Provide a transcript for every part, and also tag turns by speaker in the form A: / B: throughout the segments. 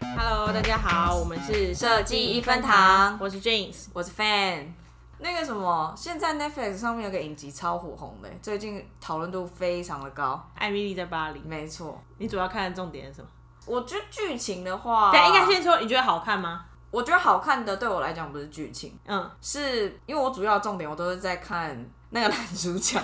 A: 大家好，我们是
B: 设计一分堂
A: 我是 James。
B: 我是 fan。那个什么，现在 Netflix 上面有个影集超火红的，最近讨论度非常的高。
A: 艾米丽在巴黎，
B: 没错，
A: 你主要看的重点是什么？
B: 我觉得剧情的话，
A: 但应该先说你觉得好看吗？
B: 我觉得好看的对我来讲不是剧情，
A: 嗯，
B: 是因为我主要重点我都是在看那个男 主角。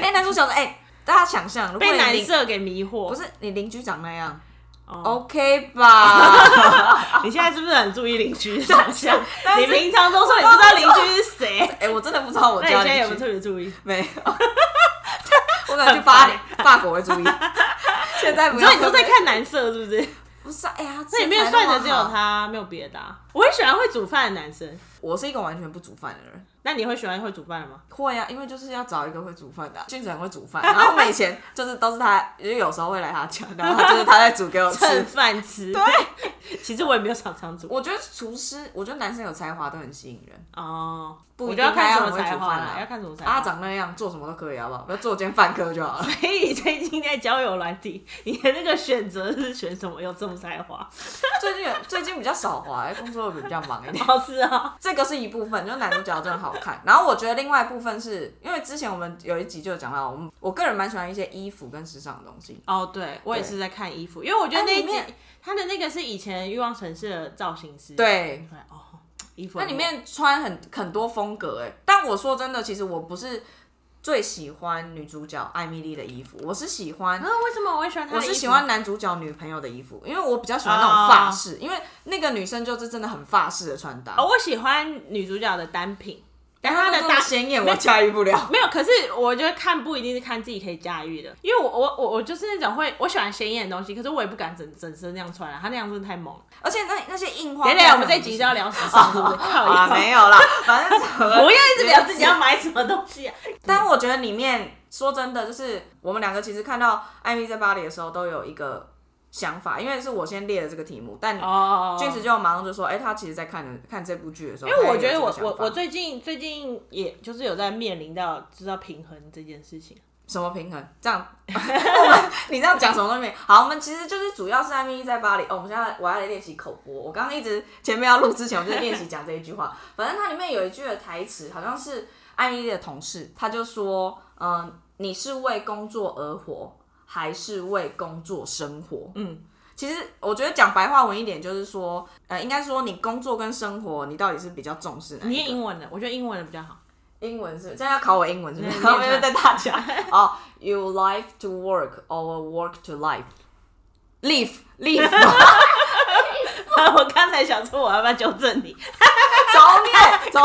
B: 哎、男主角的哎、大家想象，如果
A: 被
B: 你
A: 男
B: 邻
A: 色给迷惑。
B: 不是你邻居长那样、
A: 哦，
B: o k 吧？
A: 你现在是不是很注意邻居的长相？
B: 但
A: 你
B: 是
A: 平常都说你不知道邻居是谁，
B: 哎、我真的不知道 我
A: 那你
B: 家
A: 现在有没有
B: 邻居
A: 特别注意？
B: 没有， 我可能去巴黎、 法国会注意。现在不
A: 所
B: 要，
A: 以你都在看男色是不 是？
B: 不是啊，哎呀，
A: 那里面算的只有。他，没有别的啊。我很喜欢会煮饭的男生，
B: 我是一个完全不煮饭的人，
A: 那你会喜欢会煮饭的吗？
B: 会啊，因为就是要找一个会煮饭的啊、俊子很会煮饭，然后我以前就是都是他，就是有时候会来他家，然后就是他在煮给 我
A: 蹭
B: 吃。
A: 饭吃。对， 其实我也没有常常煮。
B: 我觉得厨师，我觉得男生有才华都很吸引人，
A: 哦，
B: 不
A: 我
B: 一
A: 就
B: 定
A: 要看什
B: 他
A: 么
B: 很会
A: 才
B: 煮
A: 华
B: 饭
A: 啦，要
B: 啊。
A: 看什么才华。
B: 他长那样，做什么都可以，好不好？不要做兼饭科就好了。
A: 所以你最近在交友软体，你的那个选择是选什么？有这种才华？
B: 最近有最近比较少滑，工作比较忙一点。
A: 哦，是啊、
B: 这个是一部分，就是男主角真的好看。然后我觉得另外一部分是因为之前我们有一集就有讲到，我们我个人蛮喜欢一些衣服跟时尚的东西。
A: 哦，对我也是在看衣服，因为我觉得
B: 哎
A: 那一
B: 里
A: 集、
B: 面
A: 他的那个是以前《欲望城市》的造型师，
B: 对，
A: 对哦，衣服
B: 那里面穿很很多风格哎。但我说真的，其实我不是最喜欢女主角艾米丽的衣服，我是喜欢
A: 啊，为什么我会喜欢他？
B: 我是喜欢男主角女朋友的衣服，因为我比较喜欢那种法
A: 哦
B: 式，因为那个女生就是真的很法式的穿搭
A: 哦，，我喜欢女主角的单品，但她的
B: 那
A: 搭
B: 么鲜艳我驾驭不 了。
A: 没有，可是我觉得看不一定是看自己可以驾驭的，因为我我我我就是那种会我喜欢鲜艳的东西，可是我也不敢整整身那样穿啊，他那样真的太猛了。
B: 而且那那些印花，
A: 等等，我们这一集是要聊时尚，是不是？靠
B: 好啦，
A: 腰
B: 没有啦，反正
A: 不要一直聊自己要买什么东西啊！
B: 但我觉得里面说真的，就是我们两个其实看到艾米在巴黎的时候，都有一个想法，因为是我先列的这个题目，但
A: 哦
B: 俊子就马上就说：“哎、他其实在看看这部剧的时候，
A: 因为我
B: 他也
A: 觉得
B: 有
A: 我
B: 这个
A: 我
B: 想法
A: 我最近最近也就是有在面临到知道平衡这件事情，
B: 什么平衡这 样，我们你这样讲什么都没有好。我们其实就是主要是艾米在巴黎。哦，我们现在我要来练习口播，我刚刚一直前面要录之前，我就练习讲这一句话。反正它里面有一句的台词，好像是艾米丽的同事，他就说：“嗯、你是为工作而活，还是为工作生活？”
A: 嗯。
B: 其实我觉得讲白话文一点，就是说，呃，应该说你工作跟生活，你到底是比较重视哪一
A: 你
B: 个？
A: 念英文的，我觉得英文的比较 好。
B: 英文是，现在要考我英文是不是？
A: 嗯
B: 然后面 对大家哦、y o u life to work or work to life。Live, live，
A: 我刚才想说我要不要纠正你，
B: 走面，走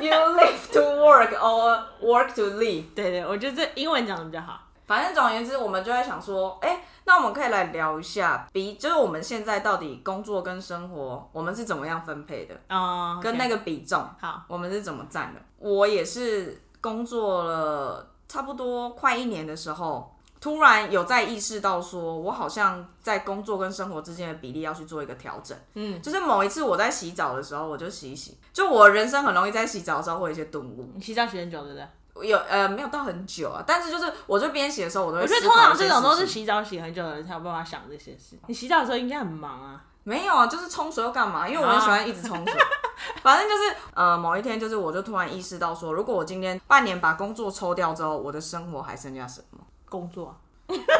B: 面。You live to work or work to live。
A: 对对，我觉得这英文讲的比较好。
B: 反正总而言之，我们就在想说，哎、那我们可以来聊一下，比就是我们现在到底工作跟生活，我们是怎么样分配的，
A: 嗯，
B: 跟那
A: 个
B: 个比重。
A: 好，
B: 我们是怎么站的？我也是工作了差不多快一年的时候，突然有在意识到说，我好像在工作跟生活之间的比例要去做一个调整。
A: 嗯，
B: 就是某一次我在洗澡的时候，我就洗一洗，就我人生很容易在洗澡的时候会有一些顿悟。
A: 你洗澡洗很久，对不对？
B: 有呃没有到很久啊，但是就是我就边洗的时候，我都会
A: 我觉得
B: 思
A: 通
B: 考
A: 常
B: 一些
A: 这种都是
B: 事情
A: 洗澡洗很久的人才有办法想这些事。你洗澡的时候应该很忙啊。
B: 没有啊，就是冲水又干嘛？因为我很喜欢一直冲水。 反正就是呃，某一天就是我就突然意识到说，如果我今天半年把工作抽掉之后，我的生活还剩下什么？
A: 工作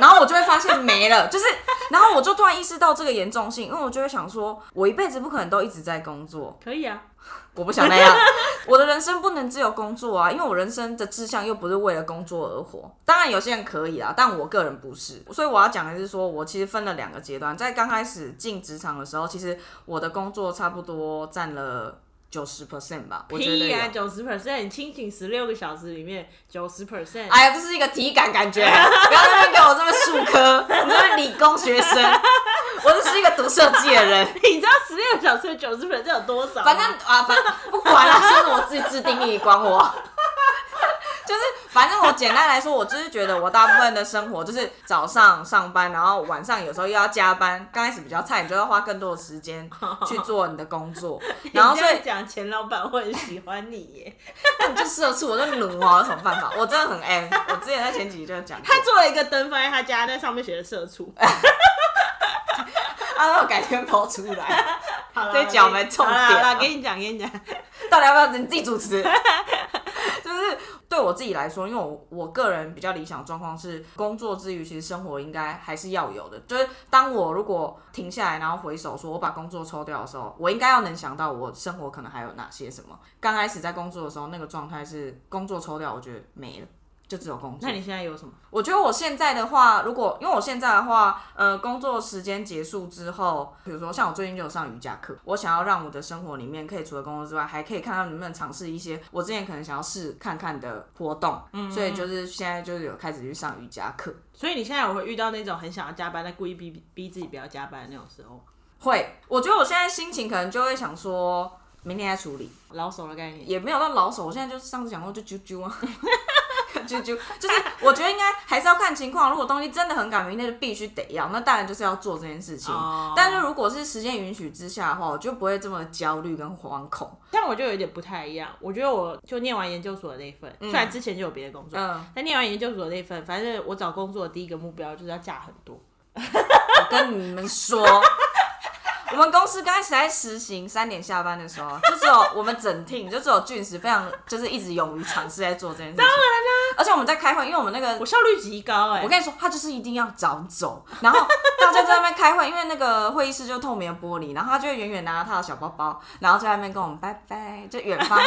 B: 然后我就会发现没了，就是，然后我就突然意识到这个严重性，因为我就会想说，我一辈子不可能都一直在工作，
A: 可以啊，
B: 我不想那样， 我的人生不能只有工作啊，因为我人生的志向又不是为了工作而活。当然有些人可以啦，但我个人不是，所以我要讲的是说，我其实分了两个阶段，在刚开始进职场的时候，其实我的工作差不多占了九十 percent 吧，我觉得
A: 屁
B: 有
A: 啊，九十 percent，你清醒十六个小时里面九十 percent，
B: 哎呀，这是一个体感感觉，不要在那边给我这么数科，你这是理工学生，我就是一个读设计的人。
A: 你知道十六小时的九十 percent 有多少吗？
B: 反正啊，反正不管了，说是我自己制定义，管我。 就是，反正我简单来说，我就是觉得我大部分的生活就是早上上班，然后晚上有时候又要加班。刚开始比较菜，你就要花更多的 时间去做你的工作，然后
A: 你
B: 所
A: 这
B: 以
A: 样讲前老板会很喜欢你 耶，
B: 你就社畜，我就奴啊，有什么办法？我真的很 M，我之前在前几集就有讲过，
A: 他做了一个灯放在他家，在上面写的社畜，
B: 啊，那我改天抛出来。
A: 好 啦
B: 这一集我们重点
A: 好啦好啦
B: 了
A: 给你讲，给你讲。
B: 到底要不要你自己主持？ 就是对我自己来说，因为我我个人比较理想的状况是，工作之余其实生活应该还是要有的。就是当我如果停下来，然后回首说我把工作抽掉的时候，我应该要能想到我生活可能还有哪些什么。刚开始在工作的时候，那个状态是工作抽掉，我觉得没了，就只有工作。
A: 那你现在有什么？
B: 我觉得我现在的话，如果因为我现在的话，呃，工作时间结束之后，比如说像我最近就有上瑜伽课，我想要让我的生活里面可以除了工作之外，还可以看到能不能尝试一些我之前可能想要试看看的活动，所以就是现在就是有开始去上瑜伽课，
A: 所以你现在有会遇到那种很想要加班，但故意逼逼自己不要加班的那种时候，
B: 会，我觉得我现在心情可能就会想说明天再处理，
A: 老手的概念。
B: 也没有到老手，我现在就上次讲过就啾啾啊。 啾啾，就是我觉得应该还是要看情况。如果东西真的很赶，明天就必须得要，那当然就是要做这件事情。
A: 哦
B: 但是如果是时间允许之下的话，我就不会这么焦虑跟惶恐。
A: 像我就有点不太一样，我觉得我就念完研究所的那一份，虽然之前就有别的工作，
B: 嗯，
A: 但念完研究所的那一份，反正我找工作的第一个目标就是要嫁很多。
B: 我跟你们说， 我们公司刚开始在实行三点下班的时候，就只有我们整 team 就只有俊石非常就是一直勇于尝试在做这件事情。当然啦、而且我们在开会，因为我们那个
A: 我效率极高哎、
B: 我跟你说，他就是一定要早走，然后大家在那边开会，因为那个会议室就透明的玻璃，然后他就会远远拿着他的小包包，然后在那边跟我们拜拜，就远方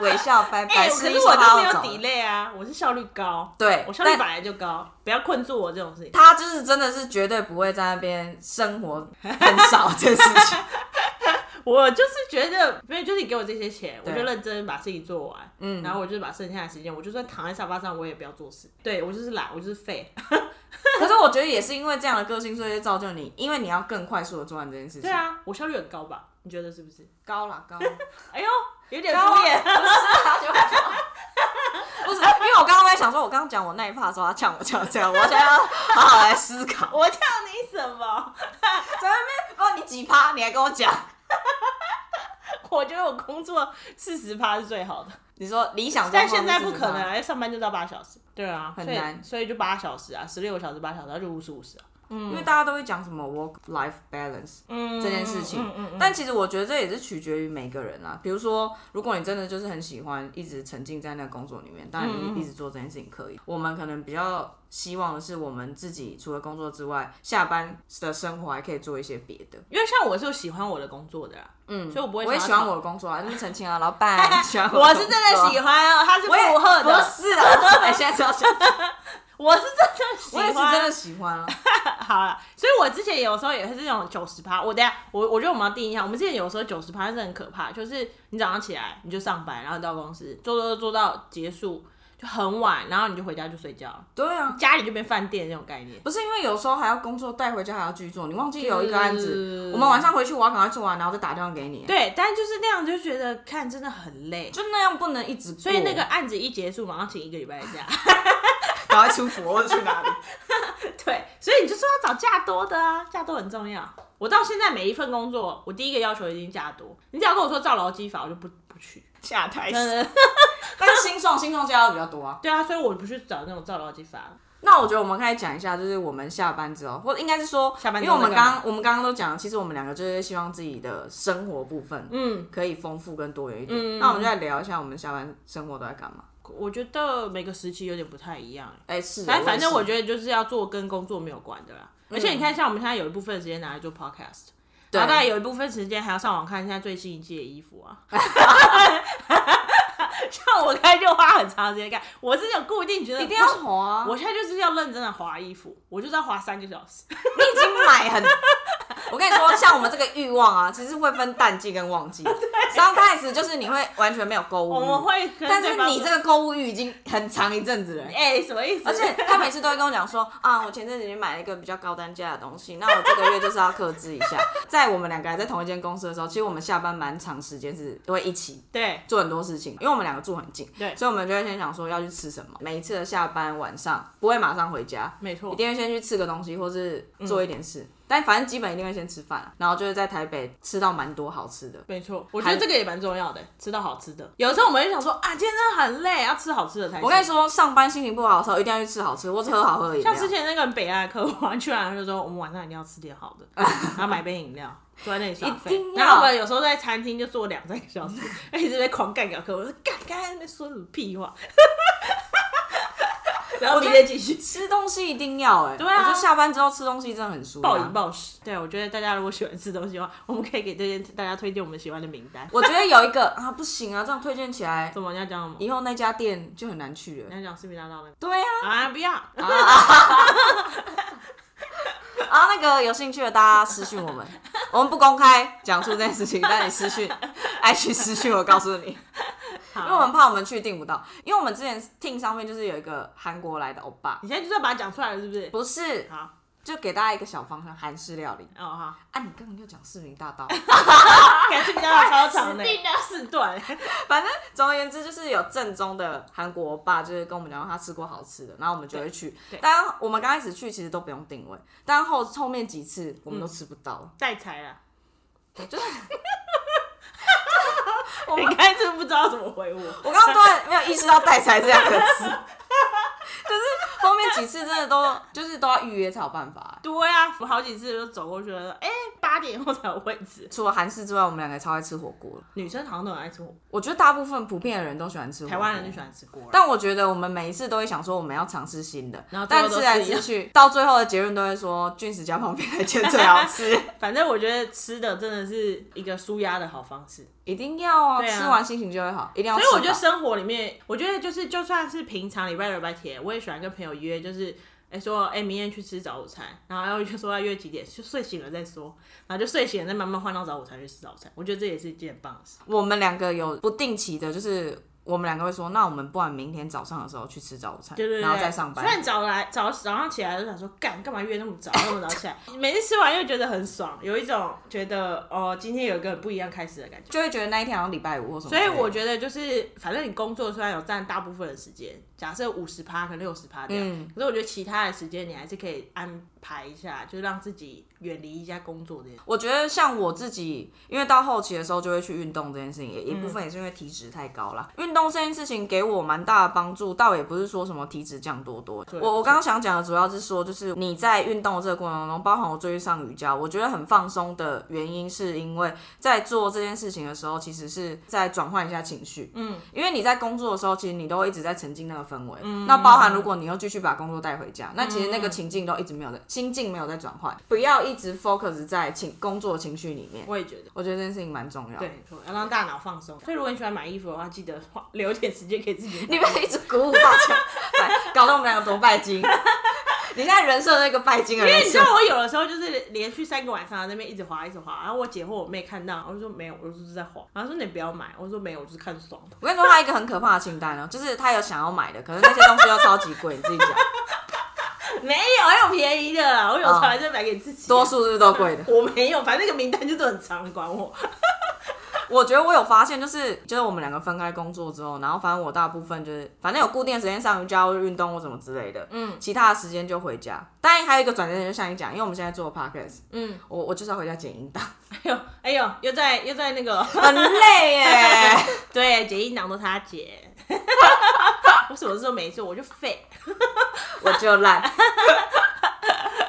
B: 微笑拜
A: 哎、
B: 拜，
A: 可
B: 示
A: 是
B: 意说
A: 我
B: 他
A: 就是
B: 要
A: 有
B: 走。
A: delay 啊，我是效率高，
B: 对
A: 我，效率
B: 但
A: 本来就高，不要困住我这种事情。
B: 他就是真的是绝对不会在那边生活很少这件事情。
A: 我就是觉得，没有，就是你给我这些钱，我
B: 对
A: 就认真把事情做完，嗯，然后我就是把剩下的时间，我就算躺在沙发上，我也不要做事。对我就是懒，我就是废。
B: 可是我觉得也是因为这样的个性，所以就造就你，因为你要更快速的做完这件事情。
A: 对啊，我效率很高吧？你觉得是不是？
B: 高啦，高啦。
A: 哎呦，有点敷
B: 高啊
A: 衍。
B: 不是啊，就 不是，因为我刚刚在想说，我刚刚讲我那一趴的时候，他呛我呛这样，我现在要好好来思考。
A: 我叫你什么？
B: 在外面不知道你几趴，你还跟我讲，
A: 我觉得我工作四十趴是最好的，
B: 你说理想中
A: 但
B: 的是
A: 现在不
B: 40%
A: 可能啊，上班就到八小时。对啊，
B: 很
A: 所以
B: 难
A: 所以就八小时啊，十六个小时八小时，那就五十五十啊。
B: 嗯因为大家都会讲什么 work life balance
A: 嗯，
B: 这件事情，
A: 嗯嗯嗯
B: 但其实我觉得这也是取决于每个人啊啦。比如说，如果你真的就是很喜欢一直沉浸在那个工作里面，当然你一直做这件事情可以。我们可能比较希望的是，我们自己除了工作之外，下班的生活还可以做一些别的。
A: 因为像我是有喜欢我的工作的、啊，嗯，所以我不会
B: 我也
A: 想
B: 喜
A: 要
B: 欢我的工作啊，就是澄清啊，老 板，喜欢
A: 逃。
B: 我
A: 我
B: 的
A: 是真
B: 工
A: 的
B: 作
A: 喜欢哦，他是附
B: 我也
A: 和的，
B: 不是啊，哎，现在知道想，
A: 我是真的喜
B: 我
A: 欢，
B: 也是真的喜欢啊。
A: 好了，所以我之前有时候也是这种九十趴。我等一下，我我觉得我们要定一下，我们之前有时候九十趴是很可怕，就是你早上起来你就上班，然后到公司做做做到结束就很晚，然后你就回家就睡觉了，
B: 对啊，
A: 家里就变饭店那种概念。
B: 不是因为有时候还要工作带回家还要继续做，你忘记有一个案子，
A: 对
B: 我们晚上回去我要赶快做完，然后再打电话给你。
A: 对，但就是那样就觉得看真的很累，
B: 就那样不能一直做，
A: 所以那个案子一结束，马上请一个礼拜的假。
B: 赶快出国或者去哪里？
A: 对，所以你就说要找价多的啊，价多很重要。我到现在每一份工作，我第一个要求一定价多。你只要跟我说照劳基法，我就不不去。
B: 下台
A: 真的。
B: 但是新创新创加的比较多啊。
A: 对啊，所以我不去找那种照劳基法。
B: 那我觉得我们可以讲一下，就是我们下班之后，或者应该是说
A: 下班
B: 因
A: 之
B: 为
A: 后
B: 我们
A: 在干
B: 刚
A: 嘛
B: 我们刚刚都讲了，其实我们两个就是希望自己的生活部分，
A: 嗯，
B: 可以丰富跟多元一点。那我们就来聊一下我们下班生活都在干嘛。
A: 我觉得每个时期有点不太一样、欸。
B: 哎、是，嗯
A: 但反正我
B: 也是
A: 觉得就是要做跟工作没有关的啦。而且你看，像我们现在有一部分时间拿来做 podcast，然后大概有一部分时间还要上网看一下最新一季的衣服 啊。像我开就花很长时间看，我是有固定觉得
B: 一定要滑、啊，
A: 我现在就是要认真的划衣服，我就是要划三个小时。
B: 你已经买很。我跟你说，像我们这个欲望啊，其实会分淡季跟 旺季。刚开始就是你会完全没有购物
A: 我
B: 欲，
A: 们会跟
B: 嗯但
A: 对
B: 是
A: 方
B: 你
A: 说
B: 这个购物欲已经很长一阵子了。
A: 哎、什么意思？
B: 而且他每次都会跟我讲说啊，我前阵子已经买了一个比较高单价的东西，那我这个月就是要克制一下。 在我们两个还在同一间公司的时候，其实我们下班蛮长时间是会一起
A: 对
B: 做很多事情，因为我们两个住很近，
A: 对
B: 所以我们就会先想说要去吃什么。每一次的下班晚上不会马上回家，
A: 没错嗯
B: 一定会先去吃个东西，或是做一点事。但反正基本一定会先吃饭啊，然后就是在台北吃到蛮多好吃的。
A: 没错，我觉得这个也蛮重要的，吃到好吃的。有的时候我们就想说啊，今天真的很累，要吃好吃的才行。
B: 我跟你说，上班心情不好的时候，一定要去吃好吃或者喝好喝的饮料
A: 像。之前那个北岸的客户啊，去完他就说我们晚上一定要吃点好 的，然后买杯饮料，坐在那里耍
B: 一
A: 废
B: 定。要
A: 然后我们有时候在餐厅就坐两三个小时，而且这边狂干掉客户，我说干干那说什么屁话， 然后明天继续吃，
B: 吃东西一定要哎、欸，对
A: 啊
B: 我觉得下班之后吃东西真的很舒服、
A: 暴饮暴食。对，我觉得大家如果喜欢吃东西的话，我们可以给这些大家推荐我们喜欢的名单。
B: 我觉得有一个啊，不行啊，这样推荐起来，
A: 怎么你要讲什么？
B: 以后那家店就很难去了。
A: 你要讲市民大道那个？
B: 对呀、啊。
A: 啊，不要，
B: 啊，那个有兴趣的大家私讯我 们，我们不公开讲述这件事情，但你私讯，爱去私讯我告诉你，因为我们怕我们去订不到，因为我们之前听上面就是有一个韩国来的欧巴，
A: 你现在就是要把它讲出来了，是不是？
B: 不是，
A: 好，
B: 就给大家一个小方向，韩式料理
A: 哦好。
B: 啊，你根本就讲市民大道，
A: 感谢比较大操场呢，
C: 死定了
A: 四段。
B: 反正总而言之就是有正宗的韩国欧巴，就是跟我们讲他吃过好吃的，然后我们就会去
A: 对对，
B: 当然我们刚开始去其实都不用定位，但后后面几次我们
A: 嗯
B: 都吃不到了，
A: 带财啦，
B: 就是。
A: 你刚才真的不知道怎么回我。
B: 我刚刚突然没有意识到“带财”这两个词， 就是后面几次真的都就是都要预约才有办法。
A: 对啊，我好几次就走过去了，哎、八点以后才有位置。
B: 除了韩式之外，我们两个超爱吃火锅了。
A: 女生好像都很爱吃火锅，
B: 我觉得大部分普遍的人都喜欢吃火锅，
A: 台湾人就喜。欢吃锅。
B: 但我觉得我们每一次都会想说我们要尝试新的，
A: 然后最后
B: 但
A: 都
B: 吃
A: 是
B: 来
A: 一样
B: 吃去，到最后的结论都会说俊石家旁边 那间最 好吃，
A: 反正我觉得吃的真的是一个舒压的好方式，
B: 一定要啊，
A: 对啊
B: 吃完心情就会好，一定要
A: 所
B: 吃
A: 以
B: 饱。
A: 我觉得生活里面，我觉得就是就算是平常礼拜六、礼拜天，我也喜欢跟朋友约，就是。哎、说哎、明天去吃早午餐，然后要约说要约几点，就睡醒了再说，然后就睡醒了再慢慢换到早午餐去吃早餐。我觉得这也是一件很棒的事。
B: 我们两个有不定期的，就是我们两个会说，那我们不然明天早上的时候去吃早餐，
A: 对对对，
B: 然后再上班
A: 虽。然早来早早上起来就想说，干干嘛约那么早，那么早起来？ 每次吃完又觉得很爽，有一种觉得哦，今天有一个不一样开始的感觉。
B: 就会觉得那一天好像礼拜五或什么之
A: 所
B: 类
A: 以
B: 的。
A: 哎我觉得就是，反正你工作虽然有占大部分的时间，假设五十趴可能六十趴这样，
B: 嗯
A: 可是我觉得其他的时间你还是可以安排一下，就是让自己远离一下工作这件事。
B: 我觉得像我自己，因为到后期的时候就会去运动这件事情，也一部分也是因为体脂太高啦。运、动这件事情给我蛮大的帮助，倒也不是说什么体脂降多多。我我刚刚想讲的主要是说，就是你在运动的这个过程中，包含我最近上瑜伽，我觉得很放松的原因，是因为在做这件事情的时候，其实是在转换一下情绪。嗯，因为你在工作的时候，其实你都一直在沉浸那个氛围。嗯，那包含如果你又继续把工作带回家，那其实那个
A: 嗯
B: 情境都一直没有在心境没有在转换，不要一直 focus 在情工作情绪里面。
A: 我也觉得。
B: 我觉得这件事情蛮重要的
A: 对，。没错要让大脑放松。所以如果你喜欢买衣服的话，记得花留点时间给自 己。
B: 你们一直鼓舞大家，哎搞得我们两个多拜金。 你现在人设是一个拜金的
A: 因
B: 人
A: 为你知
B: 设，
A: 道我有的时候就是连续三个晚上在那边一直滑一直滑，然后我姐或我妹看到，我就说没有，我就是在滑。然后说你不要买，我说没有，我就是看爽的。
B: 我跟你说，他一个很可怕的清单哦，就是他有想要买的，可是那些东西又超级贵，你自己讲，
A: 没有，还有便宜的啦，我有时候还是买给自己。啊
B: 多数是不是都贵的？
A: 哦我没有，反正那个名单就是很长，你管我。
B: 我觉得我有发现，就是就是我们两个分开工作之后，然后反正我大部分就是反正有固定的时间上瑜伽或者运动或什么之类的，嗯，其他的时间就回家。当然还有一个转折点，就像你讲，因为我们现在做 podcast，
A: 嗯，
B: 我我就是要回家剪音档，
A: 哎呦，哎呦，又在又在那 个，
B: 很累耶。
A: 对，姐音档都他姐。 我什么事都没做，我就废。
B: 我就烂。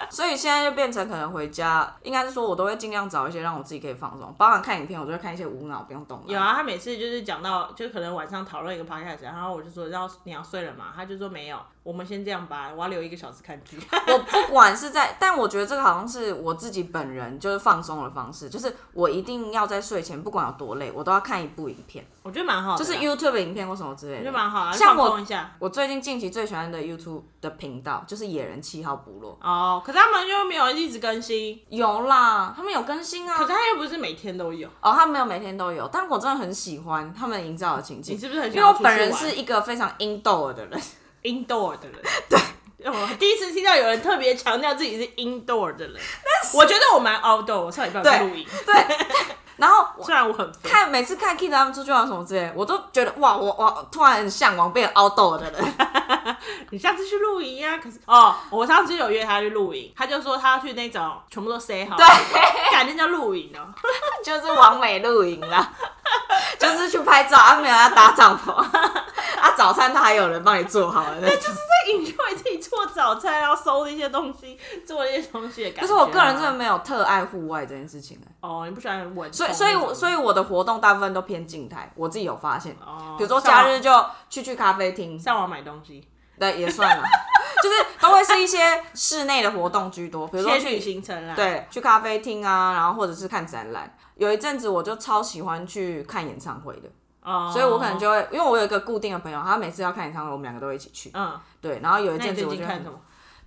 B: 所以现在就变成可能回家，应该是说我都会尽量找一些让我自己可以放松，包含看影片，我就会看一些无脑不用动的。
A: 有啊，他每次就是讲到，就可能晚上讨论一个 podcast，然后我就说，要你要睡了嘛？他就说没有，我们先这样吧，我要留一个小时看剧。
B: 我不管是在，但我觉得这个好像是我自己本人就是放松的方式，就是我一定要在睡前，不管有多累，我都要看一部影片，
A: 我觉得蛮好的
B: 就
A: 啦，
B: 是 YouTube 影片或什么之类
A: 就
B: 的。
A: 蛮好啊，
B: 像
A: 放
B: 我
A: 松一下
B: 我最近近期最喜欢的 YouTube 的频道就是野人七号部落，
A: 哦。可是他们又没有一直更新，
B: 有啦，他们有更新啊
A: 可。是他又不是每天都有。
B: 哦，他们没有每天都有，但我真的很喜欢他们营造的情境。
A: 你是不是很
B: 因
A: 想要
B: 为我
A: 出去
B: 本人
A: 玩
B: 是一个非常 indoor 的人，
A: indoor 的人？对，我第一次听到有人特别强调自己是 indoor 的人。我觉得我蛮 outdoor，我上礼拜有去
B: 对
A: 露营，
B: 对。然后我
A: 虽然我很肥，
B: 看每次看 Kid 他们出去玩什么之类，我都觉得哇，我我突然很向往变凹豆的人。
A: 你下次去露营啊？可是哦，我上次有约他去露营，他就说他要去那种全部都塞好，对，改那叫露营哦。
B: 就是完美露营啦， 就是去拍照，啊没有要搭帐篷， 啊早餐他还有人帮你做好了，那
A: 就是在 enjoy 自己做早餐，然后收那些东西，做那些东西的感觉啊。
B: 可是我个人真的没有特爱户外这件事情、欸、
A: 哦，你不喜欢闻，
B: 所以所以我所
A: 以
B: 以我的活动大部分都偏静态，我自己有发现，
A: 哦，
B: 比如说
A: 上网
B: 假日就去去咖啡厅，
A: 上网买东西，
B: 对也算了， 就是都会是一些室内的活动居多，比如说
A: 先
B: 去
A: 去行程啦。，
B: 对去咖啡厅啊，然后或者是看展览。有一阵子我就超喜欢去看演唱会的，
A: 哦，
B: 所以我可能就会，因为我有一个固定的朋友，他每次要看演唱会，我们两个都会一起去。
A: 嗯，
B: 对，然后有一
A: 那你
B: 阵子
A: 最
B: 我
A: 近
B: 就
A: 看什么？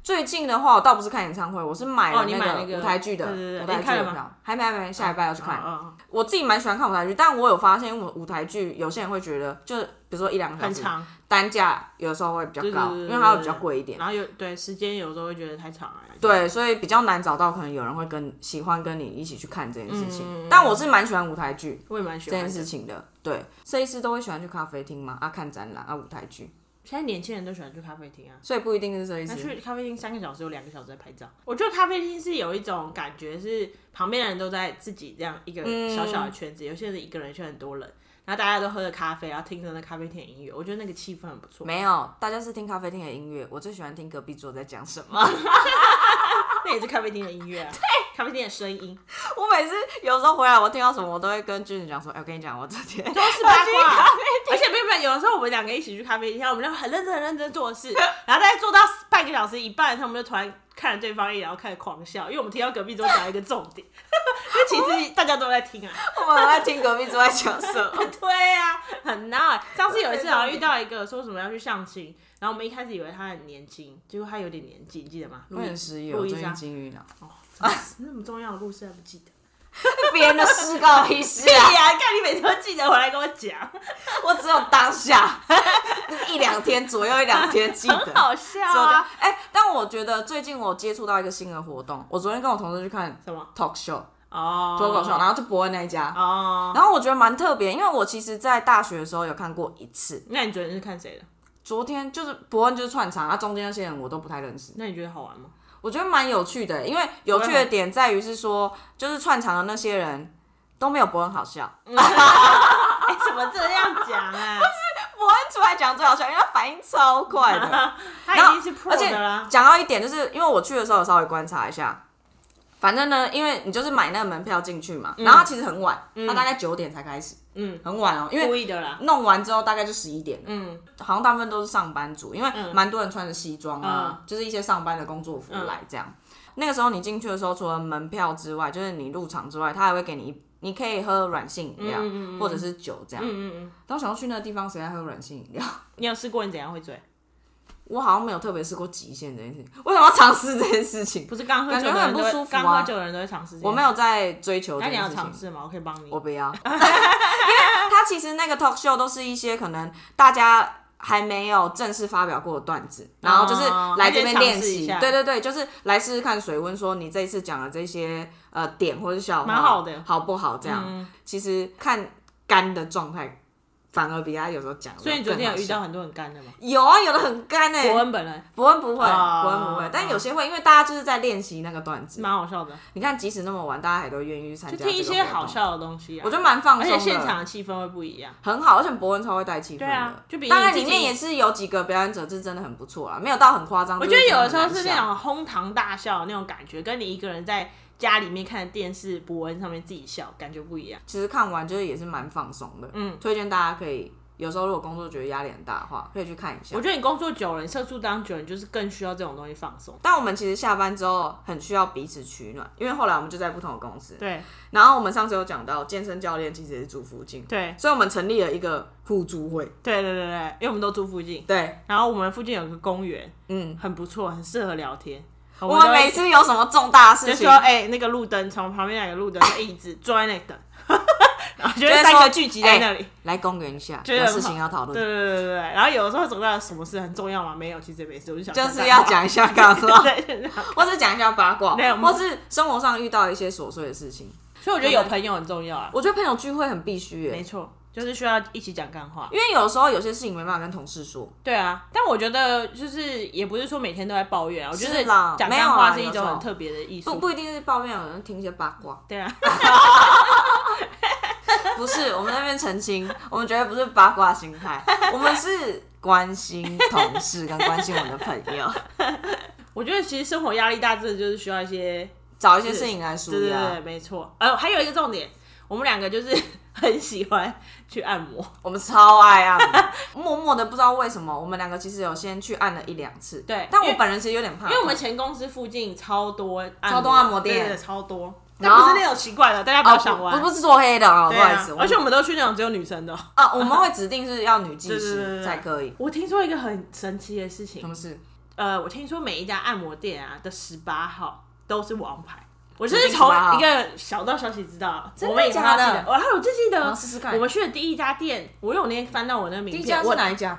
B: 最近的话，我倒不是看演唱会，我是买
A: 哦
B: 了
A: 你买那个
B: 个舞台剧的
A: 对对对
B: 舞台
A: 你
B: 剧
A: 看了
B: 的
A: 吗
B: 票，还没还没，下礼拜要去看。
A: 嗯，
B: 我自己蛮喜欢看舞台剧，但我有发现，因为我舞台剧有些人会觉得，就是比如说一两个小
A: 很
B: 时，
A: 长，
B: 单价有时候会比较
A: 对对
B: 高，
A: 对对
B: 因为它会比较贵一点。
A: 然后有对时间有时候会觉得太长了。啊
B: 对，所以比较难找到，可能有人会跟喜欢跟你一起去看这件事情。
A: 嗯
B: 但我是蛮喜欢舞台剧
A: 我也蛮喜
B: 这
A: 欢的
B: 件事。情的，对，设计师都会喜欢去咖啡厅嘛，啊，看展览啊，舞台剧，
A: 现在年轻人都喜欢去咖啡厅啊，
B: 所以不一定是设计
A: 那
B: 师。
A: 去咖啡厅三个小时有两个小时在拍照。我觉得咖啡厅是有一种感觉，是旁边的人都在自己这样一个
B: 嗯
A: 小小的圈子，有些人一个人却很多人，然后大家都喝着咖啡，然后听着那咖啡厅的音乐，我觉得那个气氛很不错。
B: 没有，大家是听咖啡厅的音乐，我最喜欢听隔壁桌在讲什么。
A: 那也是咖啡厅的音乐啊，咖啡厅的声音
B: 我每次有时候回来，我听到什么，我都会跟君子讲说：“哎、我跟你讲，我这天
A: 都是八 卦。而且没有没有，有的时候我们两个一起去咖啡厅，然后我们就很认真很认真做事，然后大概做到半个小时一半的时候，他们就突然看了对方一眼，然后开始狂笑，因为我们听到隔壁桌讲一个重点， 因为其实大家都在听啊。
B: 我们在听隔壁桌在讲什么。
A: 对啊，很闹欸。上次有一次好像遇到一个说什么要去相亲，然后我们一开始以为他很年轻，结果他有点年纪，你记得吗？”
B: 我很失业，
A: 录啊
B: 我
A: 一
B: 最
A: 下
B: 近金鱼脑，
A: 那么重要的故事还不记得？
B: 别人的事告屁事
A: 对
B: 啊！
A: 呀、看你每次都记得，回来跟我讲，
B: 我只有当下 一两天左右，一两天记得。
A: 很好笑
B: 所以我就
A: 啊。
B: 哎、但我觉得最近我接触到一个新的活动，我昨天跟我同事去看
A: 什么？
B: talk show
A: 哦，
B: 脱口秀，然后就伯恩那一家，
A: 哦。
B: 然后我觉得蛮特别，因为我其实，在大学的时候有看过一次。
A: 那你昨天是看谁的？
B: 昨天就是伯恩就是串场，啊，中间那些人我都不太认识，
A: 那你觉得好玩 吗？
B: 我觉得蛮有趣的，因为有趣的点在于是说，就是串场的那些人都没有伯恩好笑，
A: 嗯哎、怎么这样讲 啊？
B: 伯恩出来讲最好笑，因为他反应超快 的。然
A: 他
B: 后
A: 已经是 pro
B: 而且
A: 的啦。
B: 讲到一点，就是因为我去的时候有稍微观察一下。反正呢，因为你就是买那个门票进去嘛，然后它其实很晚，它大概九点才开始，
A: 嗯，
B: 很晚哦、因为
A: 故意的啦。
B: 弄完之后大概就十一点了。
A: 嗯
B: 好像大部分都是上班族，因为
A: 嗯
B: 蛮多人穿着西装啊，就是一些上班的工作服来
A: 嗯
B: 这样。那个时候你进去的时候，除了门票之外，就是你入场之外，他还会给你一，你可以喝软性饮料、
A: 嗯嗯嗯
B: 或者是酒这样。
A: 嗯嗯嗯，
B: 当时想要去那个地方，谁还喝软性饮料？
A: 你有试过你怎样会醉？
B: 我好像没有特别试过极限这件事情，为什么要尝试这件事情？
A: 不是刚喝酒的
B: 感觉
A: 人
B: 很不
A: 都会
B: 舒服啊
A: 刚喝酒的人都会尝试。
B: 我没，有在追求
A: 那
B: 这
A: 你
B: 件
A: 要
B: 事情
A: 尝。试吗？我可以帮你。
B: 我不 要，因为他其实那个 talk show 都是一些可能大家还没有正式发表过的段子，
A: 哦
B: 然后就是来这边
A: 先
B: 练
A: 尝试一
B: 习
A: 下，
B: 对对对，就是来试试看水温，说你这一次讲的这些呃点或者笑话，
A: 蛮好的
B: 好不好？这样、
A: 嗯
B: 其实看干的状态，反而比他有时候讲的更好笑。
A: 所以你昨天有遇到很多很干的吗？
B: 有啊，有的很干哎、
A: 伯恩本人
B: 伯恩不会，
A: 哦
B: 伯恩不会，但有些会，因为大家就是在练习那个段子。
A: 蛮好笑的，
B: 你看，即使那么晚，大家还都愿意去参
A: 就
B: 加。
A: 听一些好，笑的东西啊。
B: 我觉得蛮放
A: 而
B: 松的。
A: 且现场的气氛会不一样。
B: 很好，而且伯恩超会带气氛的。
A: 对啊就比你
B: 当然
A: 自己
B: 里面也是有几个表演者是真的很不错啦，没有到很夸张。
A: 我觉得有的时候是那种哄堂大笑的那种感觉，跟你一个人在家里面看电视博文上面自己笑，感觉不一样。
B: 就是真的很难笑，其实看完就是也是蛮放松的。
A: 嗯，
B: 推荐大家可以有时候如果工作觉得压力很大的话，可以去看一下
A: 我。觉得你工作久了，你社畜当久了，你就是更需要这种东西放松。
B: 但我们其实下班之后很需要彼此取暖，因为后来我们就在不同的公司。
A: 对
B: 然后我们上次有讲到健身教练其实也是住附近，
A: 对
B: 所以我们成立了一个互助会。
A: 对对对对，因为我们都住附近，
B: 对，
A: 然后我们附近有个公园，
B: 嗯，
A: 很不错，很适合聊天。我
B: 我们
A: 都会
B: 每次有什么重大的事
A: 就
B: 情
A: 说，哎、那个路灯从旁边那个路灯的椅子坐在那里 等，然后就会哎
B: 会
A: 三
B: 说
A: 个聚集在那里。
B: 来公园一下，
A: 觉得
B: 有
A: 很好
B: 事情要讨论
A: 对。对对对对，然后有的时候走到什么事很重要吗？没有，其实也没事，我就想
B: 就
A: 看
B: 是
A: 看
B: 要
A: 话
B: 讲一下干话，
A: 对，对对
B: 或是讲一下八卦
A: 没有，嗯
B: 或是生活上遇到一些琐碎的事情。
A: 所以我觉得有朋友很重要啊。
B: 我觉得朋友聚会很必须耶，
A: 没错，就是需要一起讲干话。
B: 因为有时候有些事情没办法跟同事说，
A: 对啊，但我觉得就是也不是说每天都在抱怨啊，我觉得
B: 是啦
A: 讲
B: 没有
A: 干
B: 啊
A: 话是一
B: 有
A: 种
B: 时候
A: 很特别的艺
B: 不
A: 术。
B: 不一定是抱怨，有人听一些八卦。
A: 对啊，
B: 不是，我们在那边澄清，我们绝对不是八卦心 态，我们是关心同事跟关心我们的朋友，
A: 我觉得其实生活压力大，真的就是需要一些
B: 找一些事情来舒
A: 对对
B: 压
A: 对，。没错。呃，还有一个重点，我们两个就是 很喜欢去按摩。
B: 我们超爱按摩，默默的不知道为什么，我们两个其实有先去按了一两次。
A: 对
B: 但
A: 因
B: 我
A: 为
B: 本人其实有点怕，因
A: 因为我们前公司附近超多按
B: 超多按摩店
A: 对对对超多，但
B: 然后
A: 不是那种奇怪的，大哦家不要想
B: 不
A: 歪。
B: 不是做黑的啊，不
A: 对
B: 好意
A: 啊
B: 思。我，们
A: 而且我们都去那种只有女生的哦。
B: 啊， 我们会指定是要女 技
A: 对对对对
B: 师
A: 对
B: 才可以。
A: 我听说一个很神奇的事
B: 什
A: 情，
B: 么事？
A: 呃，我听说每一家按摩店啊的十八号都是王牌。我就
B: 指
A: 是
B: 定
A: 从
B: 18号
A: 一个小道消息知道，
B: 的
A: 我们也
B: 假的
A: 常常记得我还有就记
B: 我
A: 得
B: 试试看
A: 我们去的第一家店，我有那天翻到我那个名
B: 第
A: 片，
B: 一家
A: 我
B: 是哪一家？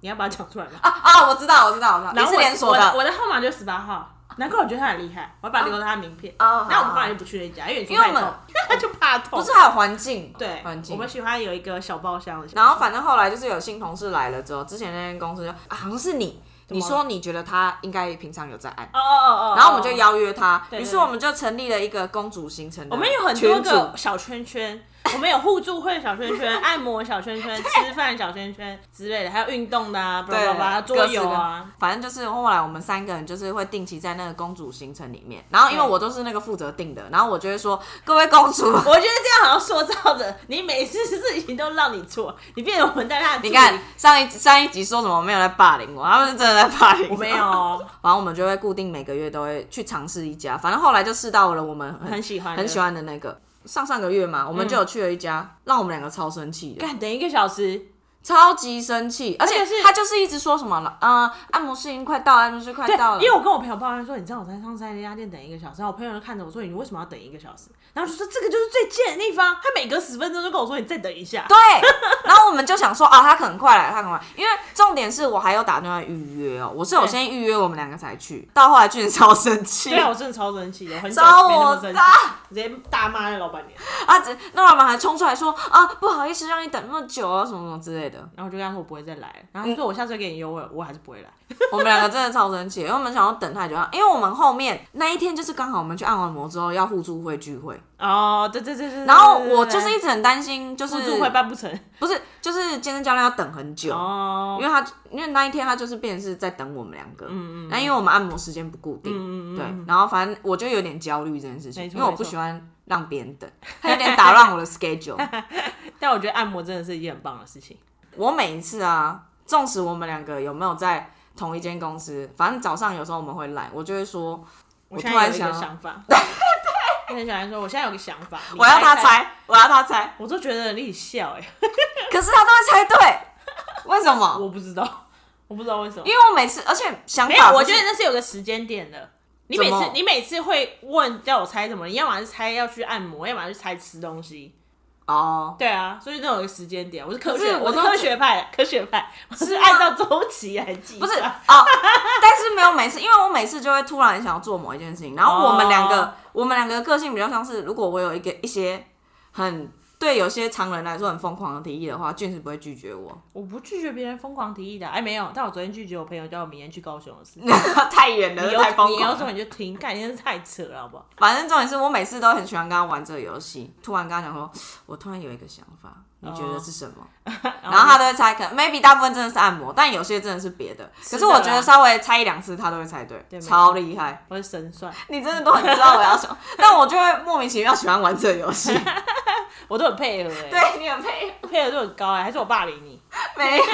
A: 你要把它讲出来吗？
B: 啊啊，我知道，我知道，我知道，
A: 然
B: 你
A: 后
B: 是
A: 我
B: 连锁
A: 我的
B: 的。
A: 我的号码就是十八号，难怪我觉得他很厉害，我要把它留到他的名片。
B: 哦
A: 那我们
B: 好
A: 后来就不去那家，因为
B: 因为我们
A: 他就怕痛。
B: 不是还有环境？
A: 对
B: 环，境
A: 我。们喜欢有一个小包厢的。
B: 然后反正后来就是有新同事来了之后，之前那间公司就、啊、好像是你，你
A: 么
B: 说你觉得他应该平常有在按，
A: 哦哦哦，
B: 然后我们就邀约他，
A: 对
B: 于
A: 对
B: 是我们就成立了一个公主行程的
A: 我们有很多
B: 群组
A: 个小圈圈， 我们有互助会小圈圈、按摩小圈圈、吃饭小圈圈之类的，还有运动的啊，巴
B: 对
A: 拉巴拉，桌游啊。，
B: 各式各反正就是后来我们三个人就是会定期在那个公主行程里面，然后因为
A: 对
B: 我都是那个负责定的，然后我就会说各位公主，
A: 我觉得这样好像塑造着你每次事情都让你做，你变成我们大家的助理。
B: 你看上一上一集说什么没有在霸凌我，他们是真的在霸凌
A: 我没有哦，
B: 反正我们就会固定每个月都会去尝试一家，反正后来就试到了我们很
A: 很喜欢的嗯
B: 很喜欢的那个。上上个月嘛，我们就有去了一家，让我们两个超生气的，
A: 干等一个小时，
B: 超级生气，而且
A: 而且是
B: 他就是一直说什么了，呃，按摩师已经快到了，按摩师快
A: 对
B: 到，了，
A: 因为我跟我朋友抱怨说，你知道我在上山那家店等一个小时，然后我朋友就看着我说，你为什么要等一个小时？然后就说这个就是最贱的地方，他每隔十分钟就跟我说你再等一下。
B: 对， 然后我们就想说啊，他可能快来，他可能快来，因为重点是我还有打电话预约哦，我是有
A: 对
B: 先预约我们两个才去，到后来俊超生气，
A: 对啊，我真的超生气的，我很久
B: 找
A: 没那
B: 我
A: 么生气
B: 搭，
A: 直接大骂那老板娘，
B: 啊，这那老板还冲出来说啊，不好意思让你等那么久啊，什么什么之类的，
A: 然后我就跟他说我不会再来了，然后他说我下次给你优惠，我还是不会来。
B: 我们两个真的超生气，因为我们想要等太久，啊因为我们后面那一天就是刚好我们去按完摩之后要互助会聚会，
A: 哦，对对对对，
B: 然后我就是
A: 一
B: 一直很担心，就是
A: 互助会办不成
B: 不是就是健身教练要等很久，
A: 哦
B: 因，为他因为那一天他就是变成是在等我们两个，嗯嗯，那因为我们按摩时间不固定，嗯嗯对，然后反正我就有点焦虑这件事情，
A: 没错
B: 因为我不
A: 没错
B: 喜欢让别人等，他有点打乱我的 schedule。
A: 但我觉得按摩真的是一件很棒的事情。
B: 我每一次啊，纵使我们两个有没有在同一间公司，反正早上有时候我们会来，我就会说
A: 我
B: 我
A: 现
B: 突
A: 在
B: 然
A: 有一个
B: 想
A: 想法， 对对，我很想来说，我现在有个想法，你
B: 我要他
A: 猜，
B: 猜，我要他 猜，
A: 我都觉得你笑哎，
B: 可是他都会猜对， 为什么？
A: 我不知道，我不知道哦为什么
B: 因。为我每次，而且想
A: 没有
B: 法，不
A: 我
B: 是
A: 觉得那是有个时间点的。你
B: 怎
A: 每
B: 么
A: 次你每次会问叫我猜什么，你要么是猜要去按摩，要么是猜吃东西。
B: 哦，
A: 对啊，所以都有一个时间点。我是科
B: 可是
A: 学，
B: 我
A: 我是
B: 都
A: 科学派， 科学派，我是啊
B: 吗
A: 按照周期来计
B: 不
A: 算。
B: 是啊、哦但是没有每次，因为我每次就会突然想要做某一件事情，然后我们两个，
A: 哦
B: 我们两个个性比较像是，如果我有一个一些很对有些常人来说很疯狂的提议的话，俊是不会拒绝我，
A: 我不拒绝别人疯狂提议的啊。哎，没有，但我昨天拒绝我朋友叫我明天去高雄的事。你
B: 太远了，
A: 有
B: 太疯
A: 你有
B: 狂
A: 种
B: 了。
A: 你就听，干，你真是太扯了，好不好？
B: 反正重点是我每次都很喜欢跟他玩这个游戏，突然跟他讲说，我突然有一个想法，你觉
A: 哦
B: 得是 什么？然后他都会猜，可能 maybe 大部分真的是按摩，但有些真的是别的。可是
A: 的
B: 我
A: 啦
B: 觉得稍微猜一两次，他都会猜对，
A: 对没错
B: 超厉害。
A: 我是神算，
B: 你真的都很知道我要什么，但我就会莫名其妙喜欢玩这个 游戏。
A: 我都很配合哎、
B: 对你很配合，
A: 配合度很高哎、还是我霸凌你？
B: 没有？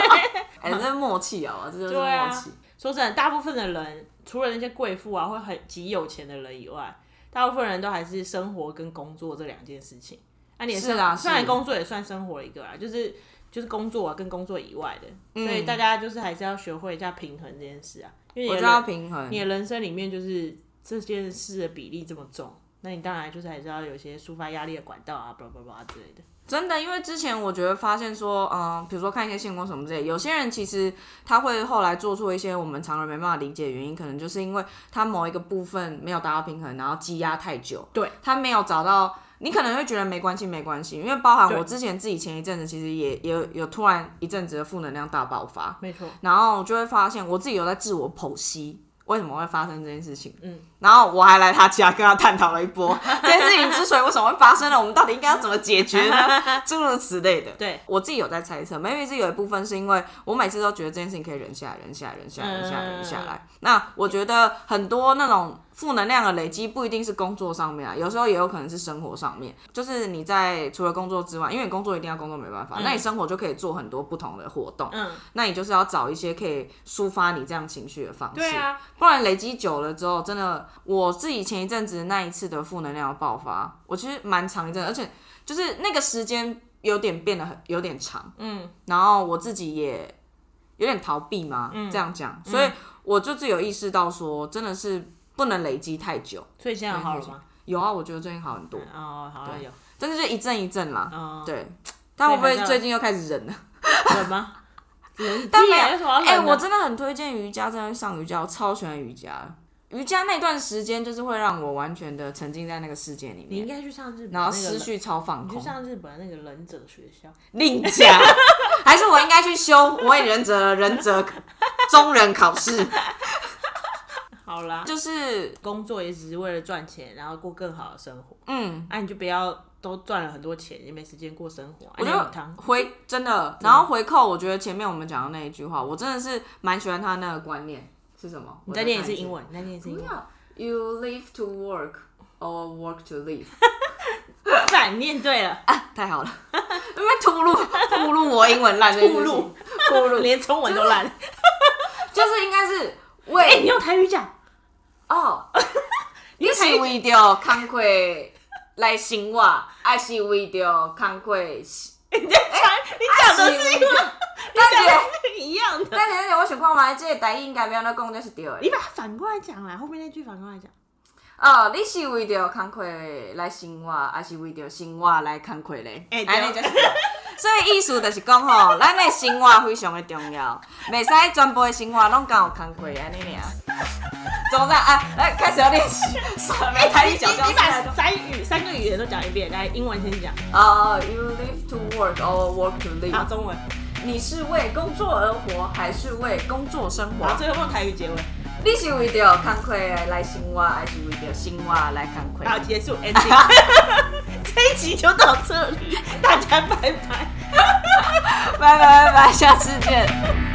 B: 哎、这是默契哦，这就是
A: 对
B: 默
A: 啊
B: 契。
A: 说真的，大部分的人除了那些贵妇啊，或很极有钱的人以外，大部分人都还是生活跟工作这两件事情。那、你也
B: 是啊
A: 虽然
B: 是
A: 工作也算生活一个啊，就是就是工作啊跟工作以外的，
B: 嗯
A: 所以大家就是还是要学会一下平衡这件事啊，因为
B: 我
A: 你的
B: 就要
A: 人
B: 平衡
A: 你。的人生里面就是这件事的比例这么重。那你当然就是还是要有一些抒发压力的管道啊，巴拉巴拉之类的。
B: 真的，因为之前我觉得发现说，嗯，比如说看一些新闻什么之类，有些人其实他会后来做出一些我们常人没办法理解的原因，可能就是因为他某一个部分没有达到平衡，然后积压太久，
A: 对
B: 他没有找到你可能会觉得没关系，没关系，因为包含我
A: 对
B: 之前自己前一阵子其实也也有有突然一阵子的负能量大爆发，
A: 没错，
B: 然后就会发现我自己有在自我剖析。为什么会发生这件事情？
A: 嗯，
B: 然后我还来他家跟他探讨了一波 这件事情之所以为什么会发生呢？我们到底应该要怎么解决呢？诸如此类的。
A: 对，
B: 我自己有在猜测，maybe 是有一部分是因为我每次都觉得这件事情可以忍下来，忍下来，忍下来，忍下来，
A: 嗯
B: 忍下来。那我觉得很多那种负能量的累积，不一定是工作上面啊，有时候也有可能是生活上面。就是你在除了工作之外，因为你工作一定要工作没办法，那你生活就可以做很多不同的活动。
A: 嗯，
B: 那你就是要找一些可以抒发你这样情绪的方式。
A: 对啊，
B: 不然累积久了之后，真的，我自己前一阵子那一次的负能量爆发，我其实蛮长一阵，而且就是那个时间有点变得很有点长，
A: 嗯，
B: 然后我自己也有点逃避嘛，
A: 嗯
B: 这样讲，所以我就自己有意识到说，真的是不能累积太久。
A: 所以现在好了吗？
B: 有啊，我觉得最近好很多，啊
A: 哦，好像有，
B: 但是就一阵一阵啦，
A: 哦，
B: 对。但会不
A: 所以还
B: 会
A: 是要
B: 最近又开始忍了？
A: 冷吗？冷屁
B: 但没有
A: 啊有什么好冷的？
B: 哎、我真的很推荐瑜伽，真的去上瑜伽，我超喜欢瑜伽。瑜伽那段时间就是会让我完全的沉浸在那个世界里
A: 你应
B: 面，
A: 该去上日本，
B: 然后思，绪超放
A: 你去
B: 空。
A: 上日本那个忍者学校，
B: 另加， 还是我应该去修我也忍者忍者中忍考试？
A: 好啦，
B: 就是
A: 工作也只是为了赚钱，然后过更好的生活。
B: 嗯，
A: 啊，你就不要都赚了很多钱，也没时间过生活。啊
B: 我
A: 就
B: 觉得回真的，然后回扣，我觉得前面我们讲的那一句话，我真的是蛮喜欢他那个观念是什么？
A: 你
B: 我
A: 再念一次
B: 看
A: 英文，你再念一次英文，
B: You live to work or work to live。
A: 赞，念对了，
B: 太好了， 因为吐露吐露我英文烂这件事
A: 吐
B: 情，
A: 露
B: 吐露，
A: 连中文都烂。
B: 就是应该是
A: 哎、
B: 为
A: 你用台语讲，
B: 哦， 你是为着工课来生活，还是为着工课？
A: 你在讲，你讲的啊是一个，
B: 但
A: 讲
B: 是
A: 的是一样的。
B: 但是，我想看嘛，这个台语应该要安怎讲才是对的
A: 你。把它反过来讲啦，后面那句反过来讲。
B: 哦，你是为着工课来生活，还是为着生活来工课咧？
A: 哎对
B: 安尼才是对。 所以意思就是讲 吼，咱的生活非常的重要，袂使全部的生活拢讲有工课安尼尔。总之啊，来开始要练习，算没台语
A: 你
B: 讲讲
A: 你把三语三个语言都讲一遍，来，英文先讲，
B: 哦、y o u live to work or work to
A: 好，
B: live？
A: 中文，
B: 你是为工作而活，还是为工作生活
A: 好，？最后用台语结尾，
B: 你是为着工课来生活，还是为着生活来工课？
A: 好，结束，ending。这一集就到这里，大家拜拜。
B: 拜拜拜拜，下次见。